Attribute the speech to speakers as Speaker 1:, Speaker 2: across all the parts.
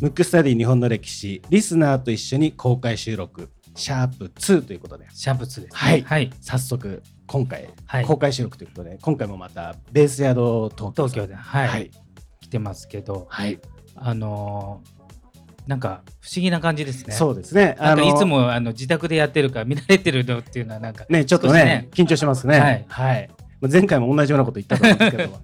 Speaker 1: ムックスタディ日本の歴史リスナーと一緒に公開収録シャープ2ということで
Speaker 2: シャープ2です、
Speaker 1: はい
Speaker 2: はい。
Speaker 1: 早速今回
Speaker 2: はい
Speaker 1: 公開収録ということで、今回もまたベースヤード東京
Speaker 2: 東京で、はい、
Speaker 1: はい
Speaker 2: 来てますけど、
Speaker 1: はい、
Speaker 2: あのーなんか不思議な感じですね。
Speaker 1: そうですね
Speaker 2: なんか
Speaker 1: の
Speaker 2: いつもあの自宅でやってるから見慣れてるのっていうのはなんか、
Speaker 1: ね ちょっとね緊張しますね
Speaker 2: はい
Speaker 1: はいまあ前回も同じようなこと言ったと思うんですけど も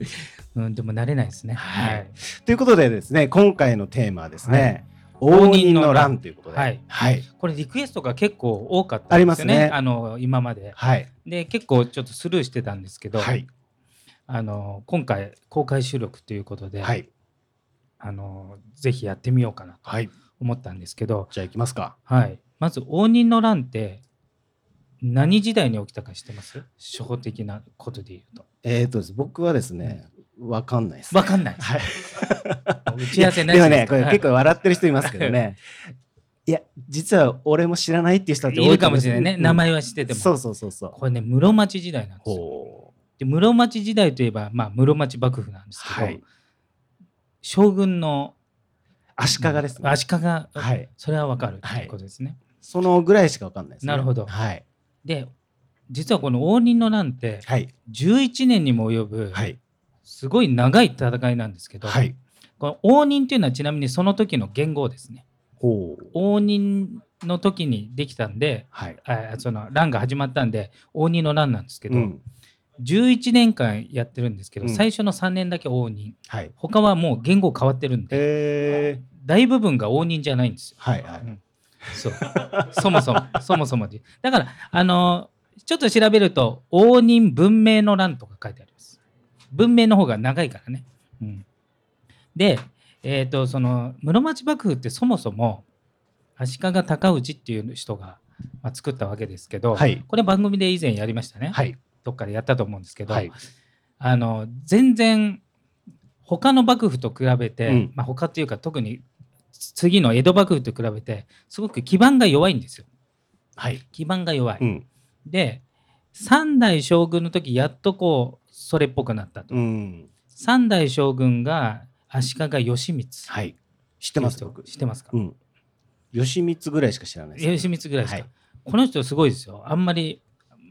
Speaker 2: うん、でも慣れないですね。
Speaker 1: はいということでですね今回のテーマはですね、
Speaker 2: はい
Speaker 1: 応仁の乱ということで
Speaker 2: はい
Speaker 1: はい、
Speaker 2: これリクエストが結構多かったんですよね。
Speaker 1: ありますね
Speaker 2: あの今まで
Speaker 1: はい
Speaker 2: で結構ちょっとスルーしてたんですけど、
Speaker 1: はい
Speaker 2: あの今回公開収録ということで、
Speaker 1: はい
Speaker 2: あのぜひやってみようかなと
Speaker 1: はい
Speaker 2: 思ったんですけど、
Speaker 1: じゃあ行きますか
Speaker 2: はい、まず応仁の乱って何時代に起きたか知ってます初歩的なことで言うと。
Speaker 1: えー、とです僕はですねわかんないです
Speaker 2: わかんない。
Speaker 1: はい
Speaker 2: 打ち合わせないし
Speaker 1: や
Speaker 2: す
Speaker 1: でもねこれ
Speaker 2: はい
Speaker 1: 結構笑ってる人いますけど ねいや実は俺も知らないっていう人だって多
Speaker 2: いるかもしれないね。
Speaker 1: うん
Speaker 2: 名前は知ってても。
Speaker 1: そうそうそうそう
Speaker 2: これね、室町時代なんですよ。
Speaker 1: ほう
Speaker 2: で室町時代といえば、まあ、室町幕府なんですけど、
Speaker 1: はい
Speaker 2: 将軍の
Speaker 1: 足利ですね
Speaker 2: 足利、
Speaker 1: はい
Speaker 2: それはわかるっていうことですね。
Speaker 1: そのぐらいしかわかんないです、ね、
Speaker 2: なるほど
Speaker 1: はい
Speaker 2: で、実はこの応仁の乱って、
Speaker 1: はい
Speaker 2: 11年にも及ぶ、
Speaker 1: はい
Speaker 2: すごい長い戦いなんですけど、
Speaker 1: はい
Speaker 2: この応仁というのはちなみにその時の元号ですね。
Speaker 1: ほう
Speaker 2: 応仁の時にできたんで、
Speaker 1: はい
Speaker 2: あその乱が始まったんで応仁の乱なんですけど、
Speaker 1: うん
Speaker 2: 11年間やってるんですけど、
Speaker 1: うん
Speaker 2: 最初の3年だけ応仁
Speaker 1: はい
Speaker 2: 他はもう言語変わってるんで、
Speaker 1: えー、
Speaker 2: 大部分が応仁じゃないんですよ。
Speaker 1: はいはい
Speaker 2: うんそうそもそ もそもそもでだからあのーちょっと調べると応仁文明の乱とか書いてあります。文明の方が長いからね。うん、で、えー、とその室町幕府ってそもそも足利尊氏っていう人が、まあ、作ったわけですけど、
Speaker 1: はい
Speaker 2: これ番組で以前やりましたね、
Speaker 1: はい
Speaker 2: どっかでやったと思うんですけど、
Speaker 1: はい
Speaker 2: あの全然他の幕府と比べて、
Speaker 1: うん
Speaker 2: まあ、他っていうか特に次の江戸幕府と比べてすごく基盤が弱いんですよ
Speaker 1: はい
Speaker 2: 基盤が弱い、
Speaker 1: うん
Speaker 2: で三代将軍の時やっとこうそれっぽくなったと、
Speaker 1: うん
Speaker 2: 三代将軍が足利義満知っ
Speaker 1: はい知ってます僕
Speaker 2: 知ってますか、
Speaker 1: うん吉光ぐらいしか知らないです
Speaker 2: 義満ぐらいですか、
Speaker 1: はい
Speaker 2: この人すごいですよあんまり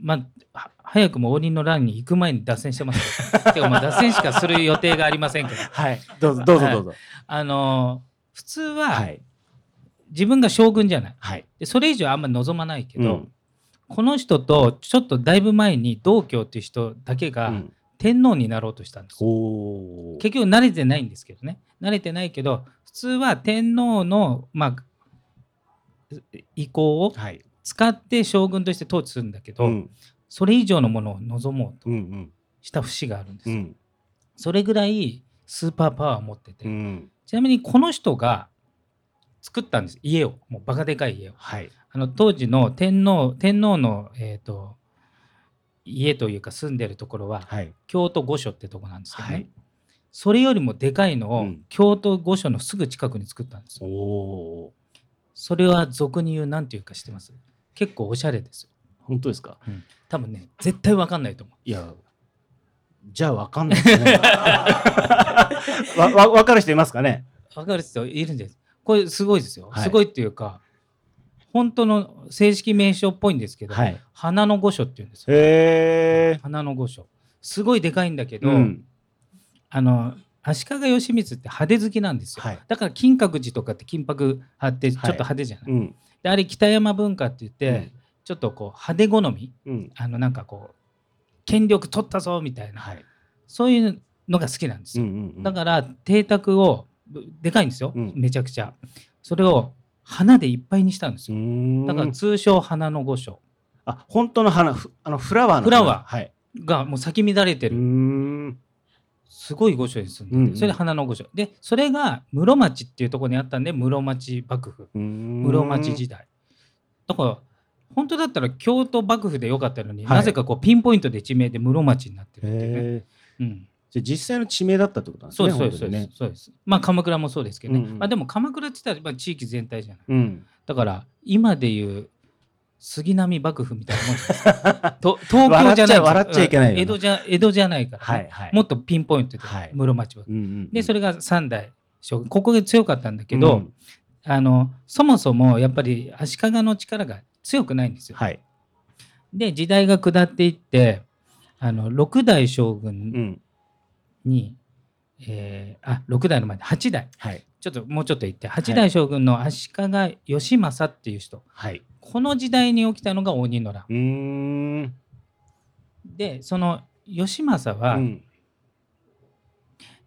Speaker 2: まあは早くも応仁の乱に行く前に脱線してますよてかまあ脱線しかする予定がありませんけど
Speaker 1: はいどうぞどうぞどうぞ
Speaker 2: あの普通は
Speaker 1: はい
Speaker 2: 自分が将軍じゃない、
Speaker 1: はい
Speaker 2: でそれ以上あんま望まないけ
Speaker 1: う
Speaker 2: ど、
Speaker 1: ん
Speaker 2: この人とちょっとだいぶ前に道教っていう人だけ
Speaker 1: う
Speaker 2: が
Speaker 1: ん
Speaker 2: 天皇になろうとしたんですよ、
Speaker 1: ほう
Speaker 2: 結局慣れてないんですけどね慣れてないけど普通は天皇の、まあ、意向を
Speaker 1: はい
Speaker 2: 使って将軍として統治するんだけど、
Speaker 1: うん
Speaker 2: それ以上のものを望もうと
Speaker 1: うんうん
Speaker 2: した節があるんです
Speaker 1: う
Speaker 2: よ、
Speaker 1: ん
Speaker 2: それぐらいスーパーパワーを持ってて、
Speaker 1: うん
Speaker 2: ちなみにこの人が作ったんです家をもうバカでかい家を
Speaker 1: はい
Speaker 2: あの当時の天皇天皇の、えー、と家というか住んでるところは
Speaker 1: はい
Speaker 2: 京都御所ってとこなんですけどね、
Speaker 1: はい
Speaker 2: それよりもでかいのを、
Speaker 1: うん
Speaker 2: 京都御所のすぐ近くに作ったんです
Speaker 1: お
Speaker 2: よ
Speaker 1: お
Speaker 2: それは俗に言うなんていうか知ってます結構おしゃれですよ
Speaker 1: 本当ですか
Speaker 2: 多分ね絶対わかんないと思う
Speaker 1: いやじゃあわかんないですね わわわかる人いますかね
Speaker 2: わかる人いるんですこれすごいですよ、
Speaker 1: はい
Speaker 2: すごいっていうか本当の正式名称っぽいんですけど、
Speaker 1: はい
Speaker 2: 花の御所っていうんですよ
Speaker 1: へえ
Speaker 2: 花の御所すごいでかいんだけど、
Speaker 1: うん
Speaker 2: あの足利義満って派手好きなんですよ、
Speaker 1: はい
Speaker 2: だから金閣寺とかって金箔貼ってちょっと派手じゃない、
Speaker 1: うん
Speaker 2: であれ北山文化って言って、ちょっとこう派手好み
Speaker 1: うん
Speaker 2: あのなんかこう権力取ったぞみたいな、
Speaker 1: はい
Speaker 2: そういうのが好きなんです
Speaker 1: うん
Speaker 2: よ、
Speaker 1: うんうん
Speaker 2: だから邸宅をでかいんですよ、
Speaker 1: うん
Speaker 2: めちゃくちゃそれを花でいっぱいにしたんです
Speaker 1: う
Speaker 2: よ、
Speaker 1: ーん
Speaker 2: だから通称花の御所
Speaker 1: あ本当の花ふあのフラワーの
Speaker 2: フラワー
Speaker 1: はい
Speaker 2: がもう咲き乱れて
Speaker 1: うー
Speaker 2: る、
Speaker 1: ん
Speaker 2: すごい御所に住んでて、
Speaker 1: うんうん
Speaker 2: それで花の御所でそれが室町っていうところにあったんで室町幕府
Speaker 1: うーん
Speaker 2: 室町時代だから本当だったら京都幕府でよかったのに、
Speaker 1: はい
Speaker 2: なぜかこうピンポイントで地名で室町になってるっていうね、
Speaker 1: へえ
Speaker 2: うん、
Speaker 1: じゃあ実際の地名だったってことなんです
Speaker 2: そう
Speaker 1: ね
Speaker 2: ですそうですそ
Speaker 1: 本当
Speaker 2: うで
Speaker 1: に
Speaker 2: す,、
Speaker 1: ね
Speaker 2: そうですまあ鎌倉もそうですけどね、
Speaker 1: うんうん
Speaker 2: まあ、でも鎌倉って言ったらまあ地域全体じゃない
Speaker 1: うん
Speaker 2: だから今でいう杉並幕府みたいなもんじゃないです かと東
Speaker 1: 笑
Speaker 2: 京
Speaker 1: っち
Speaker 2: じ
Speaker 1: ゃ
Speaker 2: ゃない
Speaker 1: 笑っちゃいけないよね
Speaker 2: 江戸じゃ江戸じゃないからね、
Speaker 1: はいはい
Speaker 2: もっとピンポイントで、
Speaker 1: はい
Speaker 2: 室町は。
Speaker 1: うんうん
Speaker 2: でそ
Speaker 1: れ
Speaker 2: れが3代将軍ここが強かったんだけど、あのそもそもやっぱり足利の力が強くないんですよ。
Speaker 1: はい
Speaker 2: で時代が下っていってあの6代将
Speaker 1: う
Speaker 2: 軍
Speaker 1: ん
Speaker 2: に、えーあ6代の前で8代
Speaker 1: はい
Speaker 2: ちょっともうちょっと言って8代将軍の足利義政っていう人、
Speaker 1: はい
Speaker 2: この時代に起きたのが応仁の乱
Speaker 1: うーん
Speaker 2: でその義政
Speaker 1: う
Speaker 2: は、
Speaker 1: ん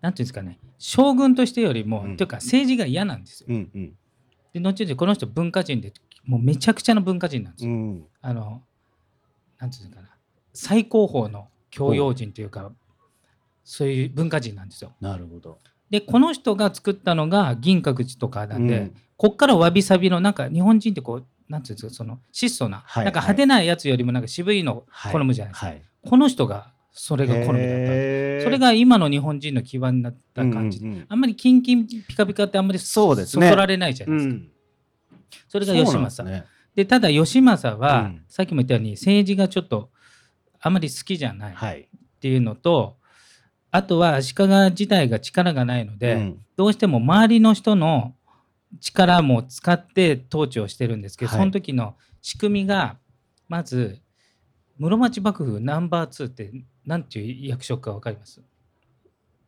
Speaker 2: なんていうんですかね将軍としてよりも、
Speaker 1: うん
Speaker 2: というか政治が嫌なんですよ。
Speaker 1: うんうん
Speaker 2: で後々この人文化人でもうめちゃくちゃな文化人なんです
Speaker 1: う
Speaker 2: よ。
Speaker 1: ん
Speaker 2: あのなんていうのかな最高峰の教養人というかそういう文化人なんですよ。
Speaker 1: なるほど
Speaker 2: でこの人が作ったのが銀閣寺とかなんで、
Speaker 1: うん
Speaker 2: こっからわびさびのなんか日本人ってこうなんていうんですかその質素な、
Speaker 1: はい
Speaker 2: なんか派手なやつよりもなんか渋いの
Speaker 1: はい
Speaker 2: 好むじゃないですか、
Speaker 1: はい
Speaker 2: この人がそれが好みだったんですそれが今の日本人の基盤になった感じ、
Speaker 1: うんうんうん
Speaker 2: あんまりキンキンピカピカってあんまり
Speaker 1: そうですね
Speaker 2: そそられないじゃないですか、
Speaker 1: うん
Speaker 2: それが吉政
Speaker 1: そ
Speaker 2: で,、
Speaker 1: うなんですね
Speaker 2: ただ吉政は、
Speaker 1: うん
Speaker 2: さっきも言ったように政治がちょっとあまり好きじゃないっ
Speaker 1: はい
Speaker 2: ていうのと、あとは足利自体が力がないので、
Speaker 1: うん
Speaker 2: どうしても周りの人の力も使って統治をしてるんですけど、
Speaker 1: はい
Speaker 2: その時の仕組みがまず室町幕府ナンバー2って何ていう役職か分かります、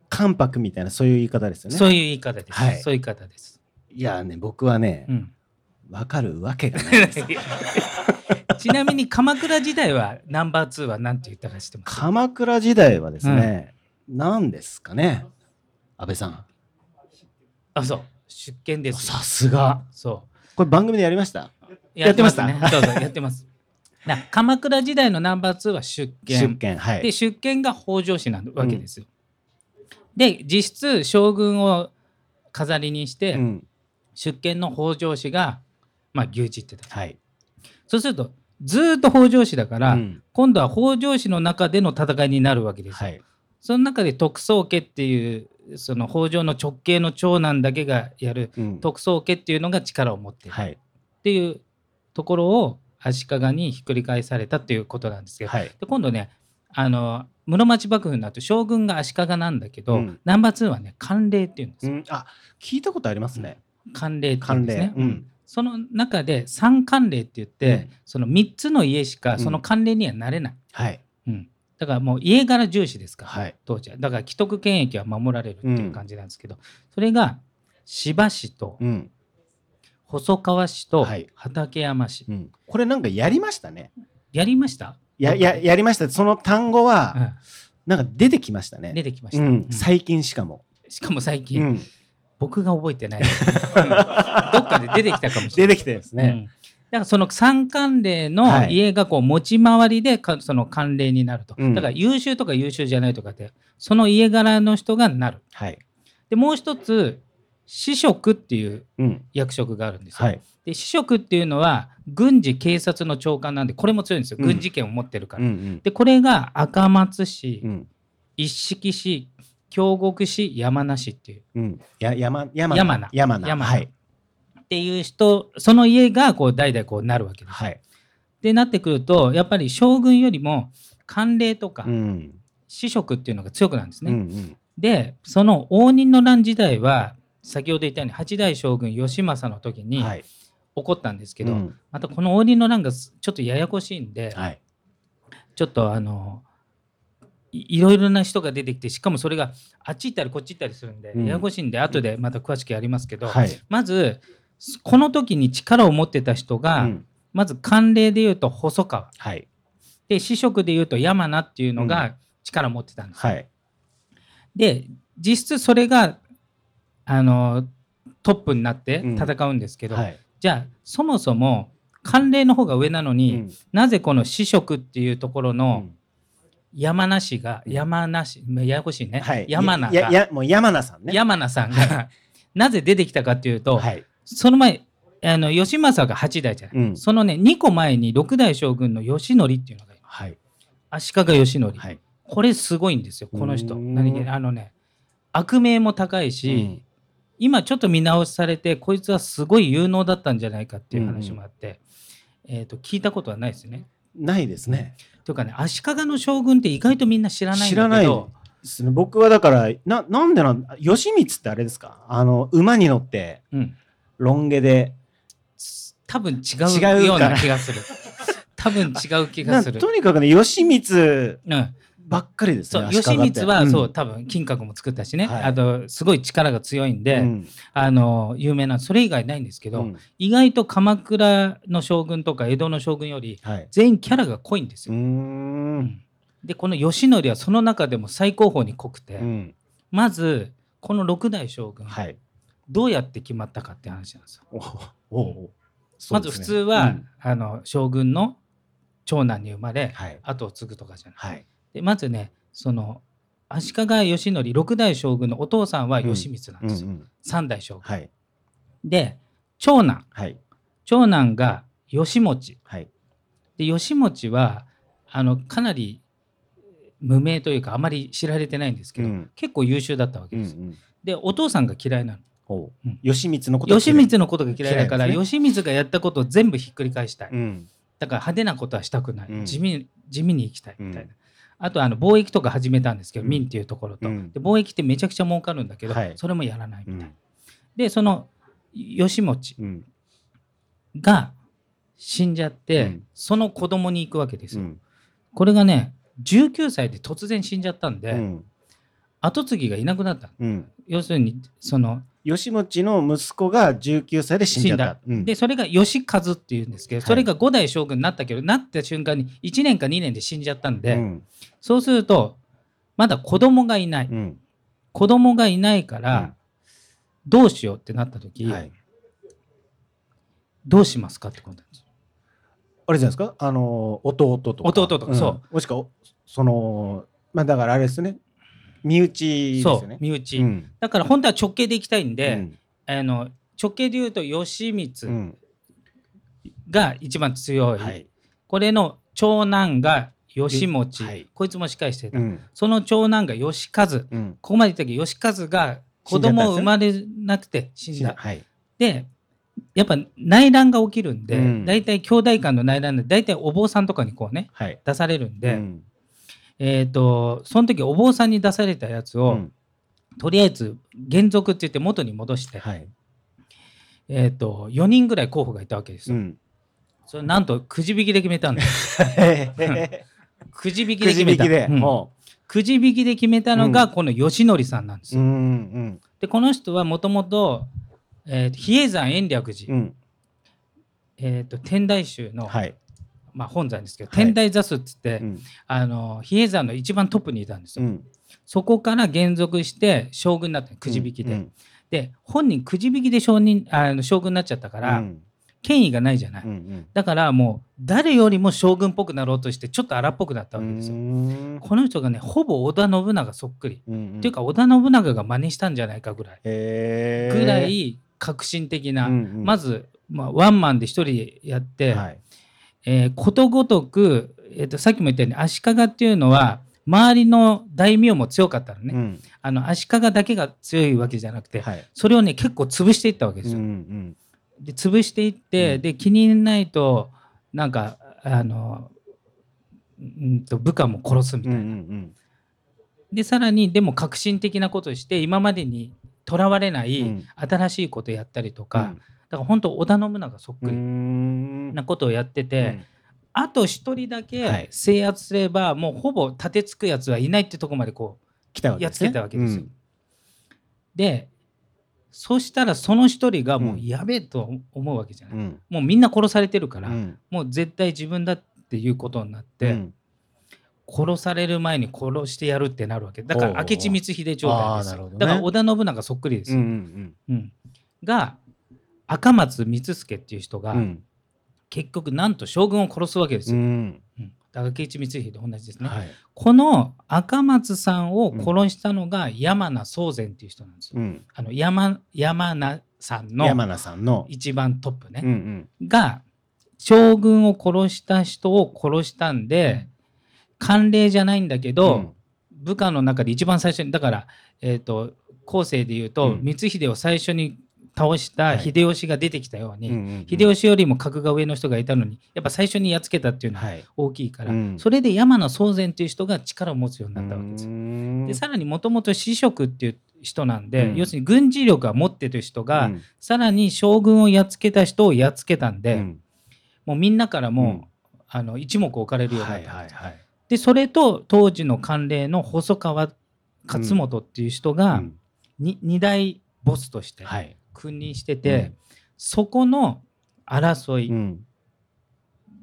Speaker 1: 関白みたいなそういう言い方ですよね
Speaker 2: そういう言い方です、
Speaker 1: はい
Speaker 2: そういう言い方です、
Speaker 1: いやね僕はね
Speaker 2: うん
Speaker 1: わかるわけがないです
Speaker 2: ちなみに鎌倉時代はナンバー2は何て言ったか知ってます
Speaker 1: 鎌倉時代はですね何ですかね安倍さん
Speaker 2: あそう出見です
Speaker 1: さすが
Speaker 2: そう
Speaker 1: これ番組でやりました
Speaker 2: やってますね
Speaker 1: や。
Speaker 2: そうそうやってます。 な鎌倉時代のナンバー2は出権
Speaker 1: 出見は
Speaker 2: で
Speaker 1: い
Speaker 2: 出権が北条氏なわけですよ。で実質将軍を飾りにして、
Speaker 1: うん
Speaker 2: 出権の北条氏が、まあ、牛耳ってた。
Speaker 1: はい
Speaker 2: そうするとずーっと北条氏だから、
Speaker 1: うん
Speaker 2: 今度は北条氏の中での戦いになるわけですよ。
Speaker 1: はい
Speaker 2: その中で徳宗家っていうその北条の直系の長男だけがやる
Speaker 1: うん
Speaker 2: 徳宗家っていうのが力を持っている。
Speaker 1: はい
Speaker 2: っていうところを足利にひっくり返されたっていうことなんですけど、
Speaker 1: はい
Speaker 2: で今度ねあの室町幕府になると将軍が足利なんだけど、
Speaker 1: うん
Speaker 2: ナンバー2はね官令っていうんです
Speaker 1: う
Speaker 2: よ、
Speaker 1: んあ聞いたことありますね
Speaker 2: 官令っていうん
Speaker 1: 関
Speaker 2: です
Speaker 1: 連
Speaker 2: ね、
Speaker 1: うん
Speaker 2: その中で三官令って言って、
Speaker 1: う
Speaker 2: その3つの家し
Speaker 1: う
Speaker 2: か
Speaker 1: ん
Speaker 2: その官令にはなれない、
Speaker 1: はい
Speaker 2: うんだからもう家柄重視ですから、
Speaker 1: はい
Speaker 2: 当時はだから既得権益は守られるっていう感じなんですけど、それが千葉市と
Speaker 1: うん
Speaker 2: 細川市と
Speaker 1: はい
Speaker 2: 畠山市、
Speaker 1: うんこれなんかやりましたね
Speaker 2: やりました
Speaker 1: やややりましたその単語は、
Speaker 2: うん
Speaker 1: なんか出てきました
Speaker 2: 出
Speaker 1: ね。
Speaker 2: てきまし
Speaker 1: う
Speaker 2: た、
Speaker 1: ん
Speaker 2: う、ん
Speaker 1: 最近しかも、
Speaker 2: しかも最
Speaker 1: う
Speaker 2: 近、
Speaker 1: ん、
Speaker 2: 僕が覚え てないうんどっかで出てきたかもし
Speaker 1: 出
Speaker 2: れない
Speaker 1: てきてです
Speaker 2: うん
Speaker 1: ね。
Speaker 2: だからその三冠令
Speaker 1: は
Speaker 2: の
Speaker 1: い
Speaker 2: 家がこう持ち回りでかその関連になると、
Speaker 1: うん
Speaker 2: だから優秀とか優秀じゃないとかでその家柄の人がなる
Speaker 1: はい、
Speaker 2: でもう一つ司職っていう
Speaker 1: うん、
Speaker 2: 役職があるんですよ、
Speaker 1: はい、
Speaker 2: で司職っていうのは軍事警察の長官なんでこれも強いんですよ
Speaker 1: うん
Speaker 2: 軍事権を持ってるか
Speaker 1: う
Speaker 2: ら、
Speaker 1: ん、
Speaker 2: でこれが赤松市、
Speaker 1: うん、うん、
Speaker 2: 一色市京極市山梨市っていう
Speaker 1: うん、や、山、山、
Speaker 2: 山名
Speaker 1: 山名、
Speaker 2: 山名
Speaker 1: はい、
Speaker 2: っていう人その家がこう代々こうなるわけです。
Speaker 1: はい、
Speaker 2: でなってくるとやっぱり将軍よりも官令とか
Speaker 1: うん、
Speaker 2: 司職っていうのが強くなるんです
Speaker 1: う
Speaker 2: ね。
Speaker 1: ん、うん、
Speaker 2: でその応仁の乱時代は先ほど言ったように八代将軍義政の時に
Speaker 1: はい、
Speaker 2: 起こったんですけど、
Speaker 1: うん
Speaker 2: またこの応仁の乱がすちょっとややこしいんで、
Speaker 1: はい、
Speaker 2: ちょっとあのいいろいろな人が出てきてしかもそれがあっち行ったりこっち行ったりするんで、
Speaker 1: うん
Speaker 2: ややこしいんで後でまた詳しくやりますけど、
Speaker 1: はい、
Speaker 2: まずこの時に力を持ってた人
Speaker 1: う
Speaker 2: が、
Speaker 1: ん、
Speaker 2: まず慣例でいうと細川
Speaker 1: はい、
Speaker 2: で司職でいうと山名っていうの
Speaker 1: う
Speaker 2: が力を持ってたんです、
Speaker 1: はい、
Speaker 2: で実質それがあのトップになって戦うんですけど、
Speaker 1: はい、
Speaker 2: じゃあそもそも慣例の方が上なのに、
Speaker 1: うん
Speaker 2: なぜこの司職っていうところ
Speaker 1: う
Speaker 2: の
Speaker 1: ん
Speaker 2: 山名氏が、山名氏まあややこしいね、
Speaker 1: はい、
Speaker 2: 山名
Speaker 1: いや、い
Speaker 2: が
Speaker 1: や、もう山名さんね。
Speaker 2: 山名さんが、なぜ出てきたかっていうと、
Speaker 1: はい、
Speaker 2: その前あの義政が8代じゃない、
Speaker 1: うん
Speaker 2: そのね2個前に6代将軍の義則っていうのがいる
Speaker 1: はい、
Speaker 2: 足利義則、
Speaker 1: はい、
Speaker 2: これすごいんですよこの人
Speaker 1: うん
Speaker 2: 何気にあのね悪名も高いし、今ちょっと見直されてこいつはすごい有能だったんじゃないかっていう話もあって、えー、と聞いたことはないですね。
Speaker 1: ないですね
Speaker 2: というかね足利の将軍って意外とみんな知らないんだけど
Speaker 1: 知らないですね僕はだからななんでなん義満ってあれですかあの馬に乗って
Speaker 2: うん、
Speaker 1: ロン毛で
Speaker 2: 多分違
Speaker 1: 違うか
Speaker 2: う
Speaker 1: ら
Speaker 2: ような気がする。 多分違う気がす
Speaker 1: な
Speaker 2: る。
Speaker 1: とにかくね義満
Speaker 2: うん、
Speaker 1: ばっかりです
Speaker 2: そ
Speaker 1: ね
Speaker 2: う
Speaker 1: 足利って
Speaker 2: 義満は、
Speaker 1: ん
Speaker 2: そう多分金閣も作ったしね、
Speaker 1: はい
Speaker 2: あとすごい力が強いんで、
Speaker 1: うん
Speaker 2: あの有名なそれ以外ないんですけ
Speaker 1: う
Speaker 2: ど、
Speaker 1: ん
Speaker 2: 意外と鎌倉の将軍とか江戸の将軍より
Speaker 1: はい、
Speaker 2: 全員キャラが濃いんです
Speaker 1: うー
Speaker 2: よ。
Speaker 1: ん
Speaker 2: でこの義則はその中でも最高峰に濃くて、
Speaker 1: うん
Speaker 2: まずこの六代将軍、
Speaker 1: はい
Speaker 2: どうやって決まったかって話なんですよ。
Speaker 1: おおおそ
Speaker 2: ま
Speaker 1: うで
Speaker 2: ず
Speaker 1: すね
Speaker 2: 普通は、
Speaker 1: うん
Speaker 2: あの将軍の長男に生まれ
Speaker 1: はい
Speaker 2: 後を継ぐとかじゃない。
Speaker 1: はい
Speaker 2: でまずねその足利義則六代将軍のお父さんは義満なん
Speaker 1: うん
Speaker 2: で
Speaker 1: う
Speaker 2: すよ、
Speaker 1: ん
Speaker 2: 三代将軍。
Speaker 1: はい
Speaker 2: で長男
Speaker 1: はい
Speaker 2: 長男が義持
Speaker 1: はい
Speaker 2: で義持はあのかなり無名というかあまり知られてないんですけど、
Speaker 1: うん
Speaker 2: 結構優秀だったわけ
Speaker 1: うんう
Speaker 2: です、
Speaker 1: ん
Speaker 2: でお父さんが嫌いなの
Speaker 1: おう
Speaker 2: うん
Speaker 1: 義満のことは
Speaker 2: 義満のことが嫌いだか
Speaker 1: 嫌
Speaker 2: ら、
Speaker 1: いで
Speaker 2: 義満がやったことを全部ひっくり返したい、
Speaker 1: うん
Speaker 2: だから派手なことはしたくない、
Speaker 1: うん
Speaker 2: 地味地味に生きたいみたいな、
Speaker 1: う
Speaker 2: あとあの貿易とか始めたんですけど、
Speaker 1: うん
Speaker 2: 民っていうところと、
Speaker 1: うん
Speaker 2: で貿易ってめちゃくちゃ儲かるんだけど、
Speaker 1: はい
Speaker 2: それもやらないみ
Speaker 1: う
Speaker 2: たいな、
Speaker 1: ん
Speaker 2: でその義持
Speaker 1: うん
Speaker 2: が死んじゃっ
Speaker 1: う
Speaker 2: て、
Speaker 1: ん
Speaker 2: その子供に行くわけです
Speaker 1: う
Speaker 2: よ、
Speaker 1: ん
Speaker 2: これがね19歳で突然死んじゃったんで、
Speaker 1: うん
Speaker 2: 跡継ぎがいなくなった
Speaker 1: うん
Speaker 2: 要するにその
Speaker 1: 義持の息子が19歳で死んじゃった。うん
Speaker 2: でそれが義和っていうんですけど、
Speaker 1: はい
Speaker 2: それが5代将軍になったけどなった瞬間に1年か2年で死んじゃったんで、
Speaker 1: うん
Speaker 2: そうするとまだ子供がいない、
Speaker 1: うん
Speaker 2: 子供がいないから、どうしようってなった時、
Speaker 1: はい、
Speaker 2: どうしますかってことなんですよ
Speaker 1: あれじゃないですか、あの弟とか。
Speaker 2: 弟とかそ
Speaker 1: んもしくはおそのまあだからあれですね、身内です
Speaker 2: そ
Speaker 1: よ
Speaker 2: う
Speaker 1: ね。
Speaker 2: 身内、
Speaker 1: うん
Speaker 2: だから本当は直系でいきたいんで、
Speaker 1: うん
Speaker 2: あの直系で言うと義
Speaker 1: う
Speaker 2: 満
Speaker 1: ん
Speaker 2: が一番強い、
Speaker 1: はい
Speaker 2: これの長男が義持、
Speaker 1: はい
Speaker 2: こいつも司会してた、
Speaker 1: うん
Speaker 2: その長男が義和こ
Speaker 1: うん
Speaker 2: こまで言ったけど義和が子供を生まれなくて死んだ
Speaker 1: はい
Speaker 2: でやっぱ内乱が起きるんで、
Speaker 1: うん
Speaker 2: 大体兄弟間の内乱で大体お坊さんとかにこうね
Speaker 1: はい
Speaker 2: 出されるんで、
Speaker 1: うん
Speaker 2: えー、とその時お坊さんに出されたやつを、
Speaker 1: うん
Speaker 2: とりあえず原族って言って元に戻して、
Speaker 1: はい
Speaker 2: えー、と4人ぐらい候補がいたわけです
Speaker 1: う
Speaker 2: よ、
Speaker 1: ん
Speaker 2: それなんとくじ引きで決めたんです くじ引き
Speaker 1: く
Speaker 2: で
Speaker 1: じ
Speaker 2: 決
Speaker 1: 引
Speaker 2: めた
Speaker 1: きで、
Speaker 2: うん
Speaker 1: も
Speaker 2: くじ引きで決めたのがこの義則さんなんです
Speaker 1: うう
Speaker 2: よ、
Speaker 1: ん
Speaker 2: でこの人はもともと比叡山延暦
Speaker 1: う
Speaker 2: 寺、
Speaker 1: んうん
Speaker 2: えー、と天台宗の、
Speaker 1: はい
Speaker 2: まあ、本山ですけど、
Speaker 1: はい
Speaker 2: 天台座主っつって、
Speaker 1: うん
Speaker 2: あの比叡山の一番トップにいたんです
Speaker 1: う
Speaker 2: よ、
Speaker 1: ん
Speaker 2: そこから減俗して将軍になったのくじ引きで、
Speaker 1: うん
Speaker 2: で本人くじ引きで将人あの将軍になっちゃったから、
Speaker 1: うん
Speaker 2: 権威がないじゃない、
Speaker 1: うんうん
Speaker 2: だからもう誰よりも将軍っぽくなろうとしてちょっと荒っぽくなったわけですよ、
Speaker 1: うん
Speaker 2: この人がねほぼ織田信長そっくり、
Speaker 1: うん
Speaker 2: っていうか織田信長が真似したんじゃないかぐらい、
Speaker 1: へー
Speaker 2: ぐらい革新的な、
Speaker 1: うんうん
Speaker 2: まず、まあ、ワンマンで一人でやって、
Speaker 1: はい
Speaker 2: えーことごとく、えー、とさっきも言ったように足利っていうのは周りの大名も強かったのね、
Speaker 1: うん
Speaker 2: あの足利だけが強いわけじゃなくて、
Speaker 1: はい
Speaker 2: それをね結構潰していったわけですよ。
Speaker 1: うん
Speaker 2: で潰していって、
Speaker 1: うん
Speaker 2: で気に入らないとなんかあのうんと部下も殺すみ
Speaker 1: う
Speaker 2: た
Speaker 1: ん
Speaker 2: い
Speaker 1: うんう
Speaker 2: な。
Speaker 1: ん
Speaker 2: でさらにでも革新的なことをして今までにとらわれな
Speaker 1: う
Speaker 2: い
Speaker 1: ん
Speaker 2: 新しいことやったりとか、だから本当織田信長そっ
Speaker 1: う
Speaker 2: くり
Speaker 1: ん
Speaker 2: なことをやってて、あと一人だ
Speaker 1: は
Speaker 2: け
Speaker 1: い
Speaker 2: 制圧すれば、もうほぼ立てつくやつはいないってとこまでこう
Speaker 1: 来たわけ
Speaker 2: や
Speaker 1: で
Speaker 2: っ
Speaker 1: す
Speaker 2: つけ
Speaker 1: ね
Speaker 2: たわけですよ。でそしたらその一人がもううんやべえと思うわけじゃない、
Speaker 1: うんうん
Speaker 2: もうみんな殺されてるから、
Speaker 1: うん
Speaker 2: もう絶対自分だっていうことになって、
Speaker 1: うん
Speaker 2: 殺される前に殺してやるってなるわけだか
Speaker 1: おうお
Speaker 2: ら
Speaker 1: う
Speaker 2: 明智光秀状態です
Speaker 1: あーなる
Speaker 2: よ、
Speaker 1: ほどね
Speaker 2: だから織田信長そっくりです
Speaker 1: う
Speaker 2: よ、
Speaker 1: ん
Speaker 2: うんが赤松光助っていう人が、
Speaker 1: うんうん
Speaker 2: 結局なんと将軍を殺すわけです
Speaker 1: う
Speaker 2: よ、
Speaker 1: ん
Speaker 2: うんだから明智光秀と同じですね、
Speaker 1: はい
Speaker 2: この赤松さんを殺したのが山名宗禅っていう人なんですよ、
Speaker 1: うん
Speaker 2: あの山山名さん
Speaker 1: 山
Speaker 2: の
Speaker 1: 名さんの
Speaker 2: 一番トップね、
Speaker 1: うんうん
Speaker 2: が将軍を殺した人を殺したんで慣例じゃないんだけど、部下の中で一番最初にだから、えー、と後世で言う
Speaker 1: う
Speaker 2: と、
Speaker 1: ん
Speaker 2: 光秀を最初に倒した
Speaker 1: はい
Speaker 2: 秀吉が出てきたように、
Speaker 1: うんうんうん
Speaker 2: 秀吉よりも格が上の人がいたのにやっぱ最初にやっつけたっていうのは
Speaker 1: はい
Speaker 2: 大きいから、
Speaker 1: うん
Speaker 2: それで山名宗全という人が力を持つようになったわけですよ。で
Speaker 1: で
Speaker 2: さらにもともと子職っていう人なんで、
Speaker 1: うん
Speaker 2: 要するに軍事力は持ってる人が、
Speaker 1: うん
Speaker 2: さらに将軍をやっつけた人をやっつけたんで、
Speaker 1: うん
Speaker 2: もうみんなからもう、
Speaker 1: うん
Speaker 2: あの一目置かれるようにな
Speaker 1: は
Speaker 2: っ
Speaker 1: い
Speaker 2: た、
Speaker 1: はいはい
Speaker 2: でそれと当時の慣例の細川勝元っていう人
Speaker 1: う
Speaker 2: が、
Speaker 1: ん
Speaker 2: に二大ボスとして
Speaker 1: はい
Speaker 2: 君臨してて、そこの争
Speaker 1: う
Speaker 2: い
Speaker 1: ん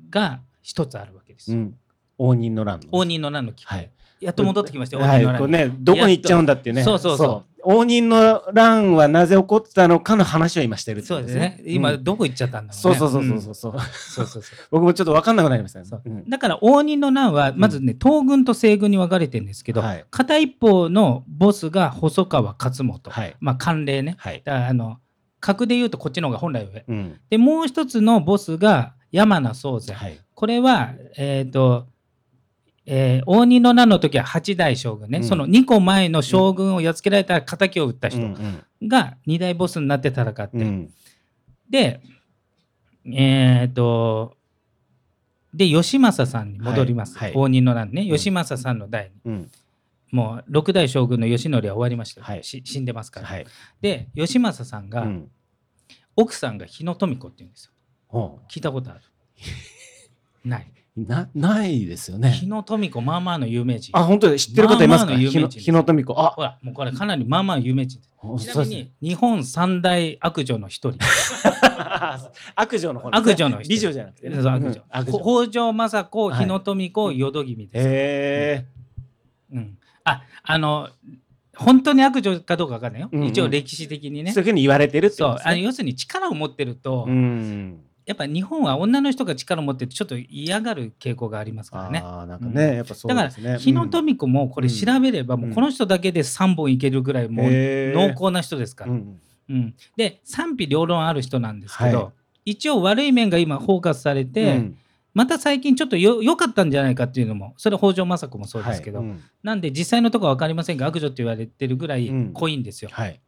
Speaker 2: が一つあるわけです
Speaker 1: う
Speaker 2: よ。
Speaker 1: ん応仁の乱の
Speaker 2: 応仁の乱の機会、
Speaker 1: はい
Speaker 2: やっと戻ってきましたよ、応
Speaker 1: は
Speaker 2: 仁
Speaker 1: い
Speaker 2: の乱
Speaker 1: こ
Speaker 2: の
Speaker 1: うねどこに行っちゃうんだっていうね
Speaker 2: そうそうそう
Speaker 1: 応仁の乱はなぜ起こったのかの話を今してるってこ
Speaker 2: そう
Speaker 1: と
Speaker 2: ですね、今どこ行っちゃったんだろうね。
Speaker 1: そうそうそうそう
Speaker 2: う
Speaker 1: そ
Speaker 2: ん
Speaker 1: うそう
Speaker 2: そうそうそう
Speaker 1: 僕もちょっと分かんなくなりましたね
Speaker 2: そう
Speaker 1: うん
Speaker 2: だから応仁の乱はまずね、東軍と西軍に分かれてるんですけど、
Speaker 1: はい
Speaker 2: 片一方のボスが細川勝元、
Speaker 1: はい
Speaker 2: まあ慣例ね
Speaker 1: はい
Speaker 2: だからあの格で言うとこっちの方が本来上
Speaker 1: うん
Speaker 2: でもう一つのボスが山名宗全、
Speaker 1: はい
Speaker 2: これはえっ、と、えー応仁の乱の時は八代将軍ね、
Speaker 1: うん
Speaker 2: その2個前の将軍をやっつけられた敵を撃った
Speaker 1: うん
Speaker 2: 人が2代ボスになって戦って、
Speaker 1: うんうん
Speaker 2: で、えっ、と、で、義政さんに戻ります。
Speaker 1: はいはい
Speaker 2: 応仁の乱ね。
Speaker 1: ん
Speaker 2: 義政さんの代に。
Speaker 1: うん
Speaker 2: もう、6代将軍の義則は終わりましたよ、
Speaker 1: はい
Speaker 2: し死んでますから。
Speaker 1: はい
Speaker 2: で、義政さんが、
Speaker 1: うん
Speaker 2: 奥さんが日野富子って言うん ですよ。
Speaker 1: ほ
Speaker 2: 聞いたことあるない。
Speaker 1: うなないですよね
Speaker 2: 日野富子、まあまあの有名人。
Speaker 1: あ、本当に知ってる方います
Speaker 2: まあまあ
Speaker 1: か
Speaker 2: の有
Speaker 1: 日野
Speaker 2: 名人です
Speaker 1: 日野富子。あ、
Speaker 2: ほら、もうこれかなりまあまあ有名人。ち
Speaker 1: そ
Speaker 2: な
Speaker 1: う
Speaker 2: み
Speaker 1: ですね。
Speaker 2: に、日本三大悪女の一人。
Speaker 1: 悪女の方ですね
Speaker 2: 悪女の人。
Speaker 1: 美女じゃなくてね。
Speaker 2: そう悪女
Speaker 1: うん。悪
Speaker 2: ほ
Speaker 1: 女。
Speaker 2: 北条政子、
Speaker 1: はい
Speaker 2: 日野富子、淀君です。
Speaker 1: へ
Speaker 2: うん、ああの本当に悪女かどうかわかんないよ、
Speaker 1: うんうん
Speaker 2: 一応歴史的に
Speaker 1: え。
Speaker 2: ね
Speaker 1: そういうふうに言われてるって
Speaker 2: そ
Speaker 1: こと
Speaker 2: う
Speaker 1: です
Speaker 2: あの
Speaker 1: ね。
Speaker 2: 要するに力を持ってると、
Speaker 1: うん。
Speaker 2: やっぱ日本は女の人が力を持ってるとちょっと嫌がる傾向がありますからね
Speaker 1: ああ、なんかね、やっぱそう
Speaker 2: だか
Speaker 1: で
Speaker 2: ら
Speaker 1: すね。
Speaker 2: 日野富子もこれ調べれば、
Speaker 1: ん
Speaker 2: もうこの人だけで3本いけるぐらいもう濃厚な人ですから、
Speaker 1: うん
Speaker 2: うんで賛否両論ある人なんですけど、
Speaker 1: はい
Speaker 2: 一応悪い面が今フォーカスされて、
Speaker 1: うん
Speaker 2: また最近ちょっとよ良かったんじゃないかっていうのもそれ北条政子もそうですけど、
Speaker 1: はいうん
Speaker 2: なんで実際のとこは分かりませんが悪女って言われてるぐらい
Speaker 1: うん
Speaker 2: 濃いんですよ。
Speaker 1: はい。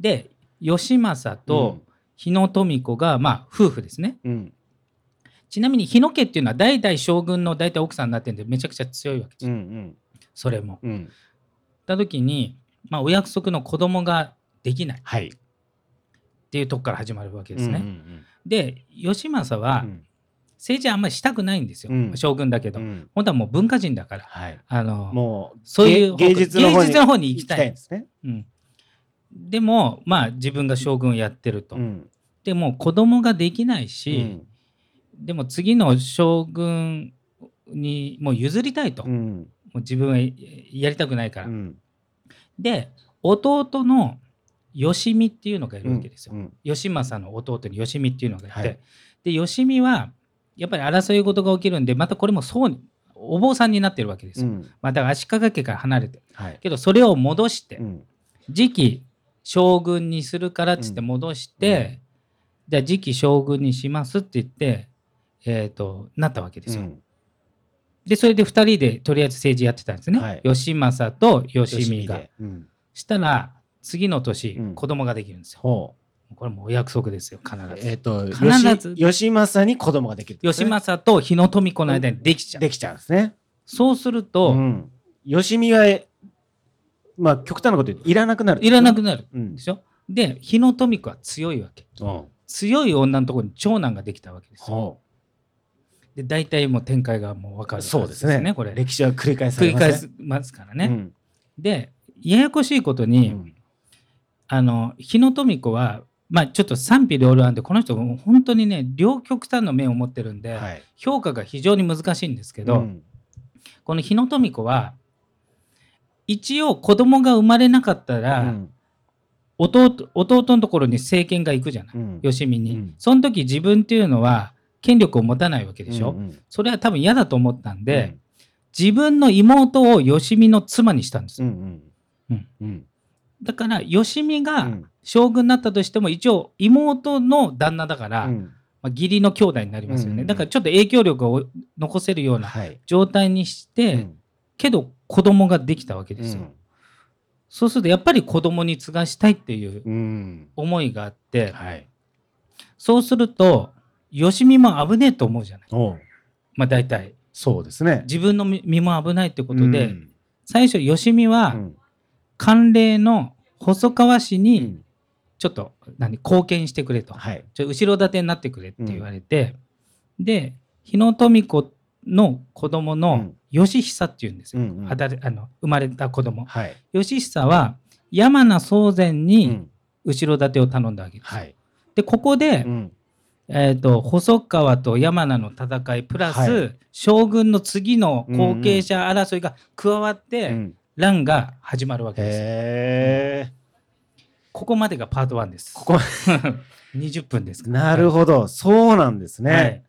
Speaker 2: で義政と日野富子が、まあ夫婦ですね
Speaker 1: うん、うん。
Speaker 2: ちなみに日野家っていうのは代々将軍の大体奥さんになってるんでめちゃくちゃ強いわけです
Speaker 1: う
Speaker 2: よ、
Speaker 1: ん。
Speaker 2: それも。
Speaker 1: うん。うん。
Speaker 2: た時に、まあ、お約束の子供ができないっ
Speaker 1: はい。
Speaker 2: ていうとこから始まるわけ
Speaker 1: で
Speaker 2: ですね。で義政は政治あんまりしたくないんですよ、
Speaker 1: うん
Speaker 2: 将軍だけど、本当はもう文化人だから
Speaker 1: はい。
Speaker 2: あの
Speaker 1: もう、
Speaker 2: そういう
Speaker 1: 芸芸術の方に
Speaker 2: 芸術の方に
Speaker 1: 行
Speaker 2: 行
Speaker 1: き
Speaker 2: きた
Speaker 1: たいん
Speaker 2: い
Speaker 1: で。すね。
Speaker 2: うん、でもまあ自分が将軍をやってると。
Speaker 1: うん
Speaker 2: でも子供ができないうし、
Speaker 1: ん
Speaker 2: でも次の将軍にもう譲りたいと、
Speaker 1: う
Speaker 2: も
Speaker 1: ん。
Speaker 2: う自分はややりたくないから、
Speaker 1: うん
Speaker 2: で弟の吉見っていうのがいるわけですよ、
Speaker 1: うん
Speaker 2: 義政の弟に吉見っていうのがいて、
Speaker 1: はい
Speaker 2: で吉見はやっぱり争い事が起きるんでまたこれもそうにお坊さんになってるわけです
Speaker 1: う
Speaker 2: よ、
Speaker 1: ん。
Speaker 2: まあ、だから足利家から離れてる
Speaker 1: はい。
Speaker 2: けどそれを戻して、
Speaker 1: うん
Speaker 2: 次期将軍にするからっつって
Speaker 1: うん
Speaker 2: 戻して、じゃあ次期将軍にしますって言って、えー、となったわけですよ。
Speaker 1: うん
Speaker 2: でそれで2人でとりあえず政治やってたんですね、
Speaker 1: はい
Speaker 2: 義政と義美
Speaker 1: よし。
Speaker 2: が
Speaker 1: みでうん
Speaker 2: したら次の年、
Speaker 1: うん
Speaker 2: 子供ができるんですよ。
Speaker 1: ほ
Speaker 2: これもうお約束ですよ必ず。
Speaker 1: えっ、と、
Speaker 2: 必ず
Speaker 1: よし吉政に子供ができる、
Speaker 2: 義政と日野富子の間にできちゃう。
Speaker 1: できちゃうんですね。
Speaker 2: そうする
Speaker 1: う
Speaker 2: と、
Speaker 1: ん。吉見は、まあ、極端なこと言うと、いらなくなる。
Speaker 2: いらなくなる
Speaker 1: うん
Speaker 2: で。しょで日野富子は強いわけ。
Speaker 1: うん。
Speaker 2: 強い女のところに長男ができたわけですよ。
Speaker 1: ほ
Speaker 2: で大体もう展開がもう分か
Speaker 1: う。
Speaker 2: る
Speaker 1: そうですね。
Speaker 2: これ
Speaker 1: 歴史は繰り返さ
Speaker 2: 繰
Speaker 1: れ
Speaker 2: り
Speaker 1: ます、ね。
Speaker 2: 返しますからね。
Speaker 1: うん。
Speaker 2: でややこしいこと
Speaker 1: う
Speaker 2: に、
Speaker 1: ん。
Speaker 2: あの日野富子は、まあ、ちょっと賛否両論あってこの人本当にね両極端の面を持ってるんで、
Speaker 1: はい。
Speaker 2: 評価が非常に難しいんですけ
Speaker 1: け
Speaker 2: ど、この日野富子は一応子供が生まれなかった
Speaker 1: う
Speaker 2: ら、
Speaker 1: ん。
Speaker 2: 弟弟のところに政権が行くじゃない、
Speaker 1: うん
Speaker 2: よしみに、
Speaker 1: うん
Speaker 2: その時自分っていうのは権力を持たないわけでしょ、
Speaker 1: うんうん
Speaker 2: それは多分嫌だと思ったんで、自分の妹をよしみの妻にしたんです
Speaker 1: う
Speaker 2: よ、
Speaker 1: ん。うん。うん。
Speaker 2: だからよしみ
Speaker 1: う
Speaker 2: が
Speaker 1: ん。
Speaker 2: 将軍になったとしても一応妹の旦那だから、
Speaker 1: うん
Speaker 2: まあ、義理の兄弟になりますよ
Speaker 1: うんうん
Speaker 2: ね、
Speaker 1: うん
Speaker 2: だからちょっと影響力を残せるような
Speaker 1: はい。
Speaker 2: 状態にして、
Speaker 1: うん
Speaker 2: けど子供ができたわけですよ、
Speaker 1: うん
Speaker 2: そうするとやっぱり子供に継がしたいっていう
Speaker 1: うん。
Speaker 2: 思いがあって、
Speaker 1: はい。
Speaker 2: そうすると、よしみも危ねえと思うじゃない。
Speaker 1: おう
Speaker 2: まあ大体。
Speaker 1: そうですね。
Speaker 2: 自分の身身も危ないってことで、
Speaker 1: うん
Speaker 2: 最初、よしみ
Speaker 1: う
Speaker 2: は、
Speaker 1: ん
Speaker 2: 関連の細川氏
Speaker 1: う
Speaker 2: に、
Speaker 1: ん
Speaker 2: ちょっと、何、貢献してくれと。
Speaker 1: はい。
Speaker 2: ちょ後ろ盾になってくれって言われて、で、日野富子の子供
Speaker 1: う
Speaker 2: の
Speaker 1: ん
Speaker 2: 義久っていうんですよ。
Speaker 1: うんうん
Speaker 2: あだれあの生まれた子供。
Speaker 1: はい。
Speaker 2: 義久は、山名宗全
Speaker 1: う
Speaker 2: に
Speaker 1: ん
Speaker 2: 後ろ盾を頼んだわけです。
Speaker 1: はい。
Speaker 2: で、ここで、
Speaker 1: うん
Speaker 2: えー、と細川と山名の戦いプラス、
Speaker 1: はい
Speaker 2: 将軍の次の後継者争いが加わって、
Speaker 1: うん
Speaker 2: 乱が始まるわけです。
Speaker 1: へえ。
Speaker 2: ここまでがパート1です。
Speaker 1: ここ
Speaker 2: 20分ですから
Speaker 1: なるほど。そうなんです
Speaker 2: は
Speaker 1: ね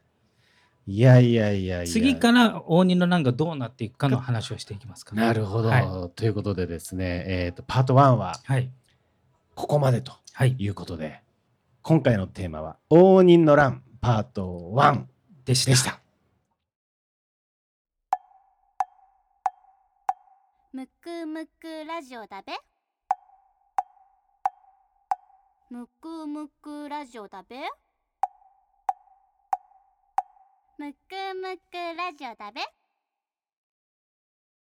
Speaker 2: い。
Speaker 1: いやいやいやいや。
Speaker 2: 次から応仁の乱がどうなっていくかの話をしていきますから。
Speaker 1: なるほど、
Speaker 2: はい
Speaker 1: ということでですね、えー、とパート1は
Speaker 2: はい
Speaker 1: ここまでと
Speaker 2: はい、
Speaker 1: いうことで今回のテーマは「応仁の乱パート1
Speaker 2: でし」た
Speaker 1: でした。
Speaker 3: むくむくラジオだべむくむくラジオだべむくむくラジオだべ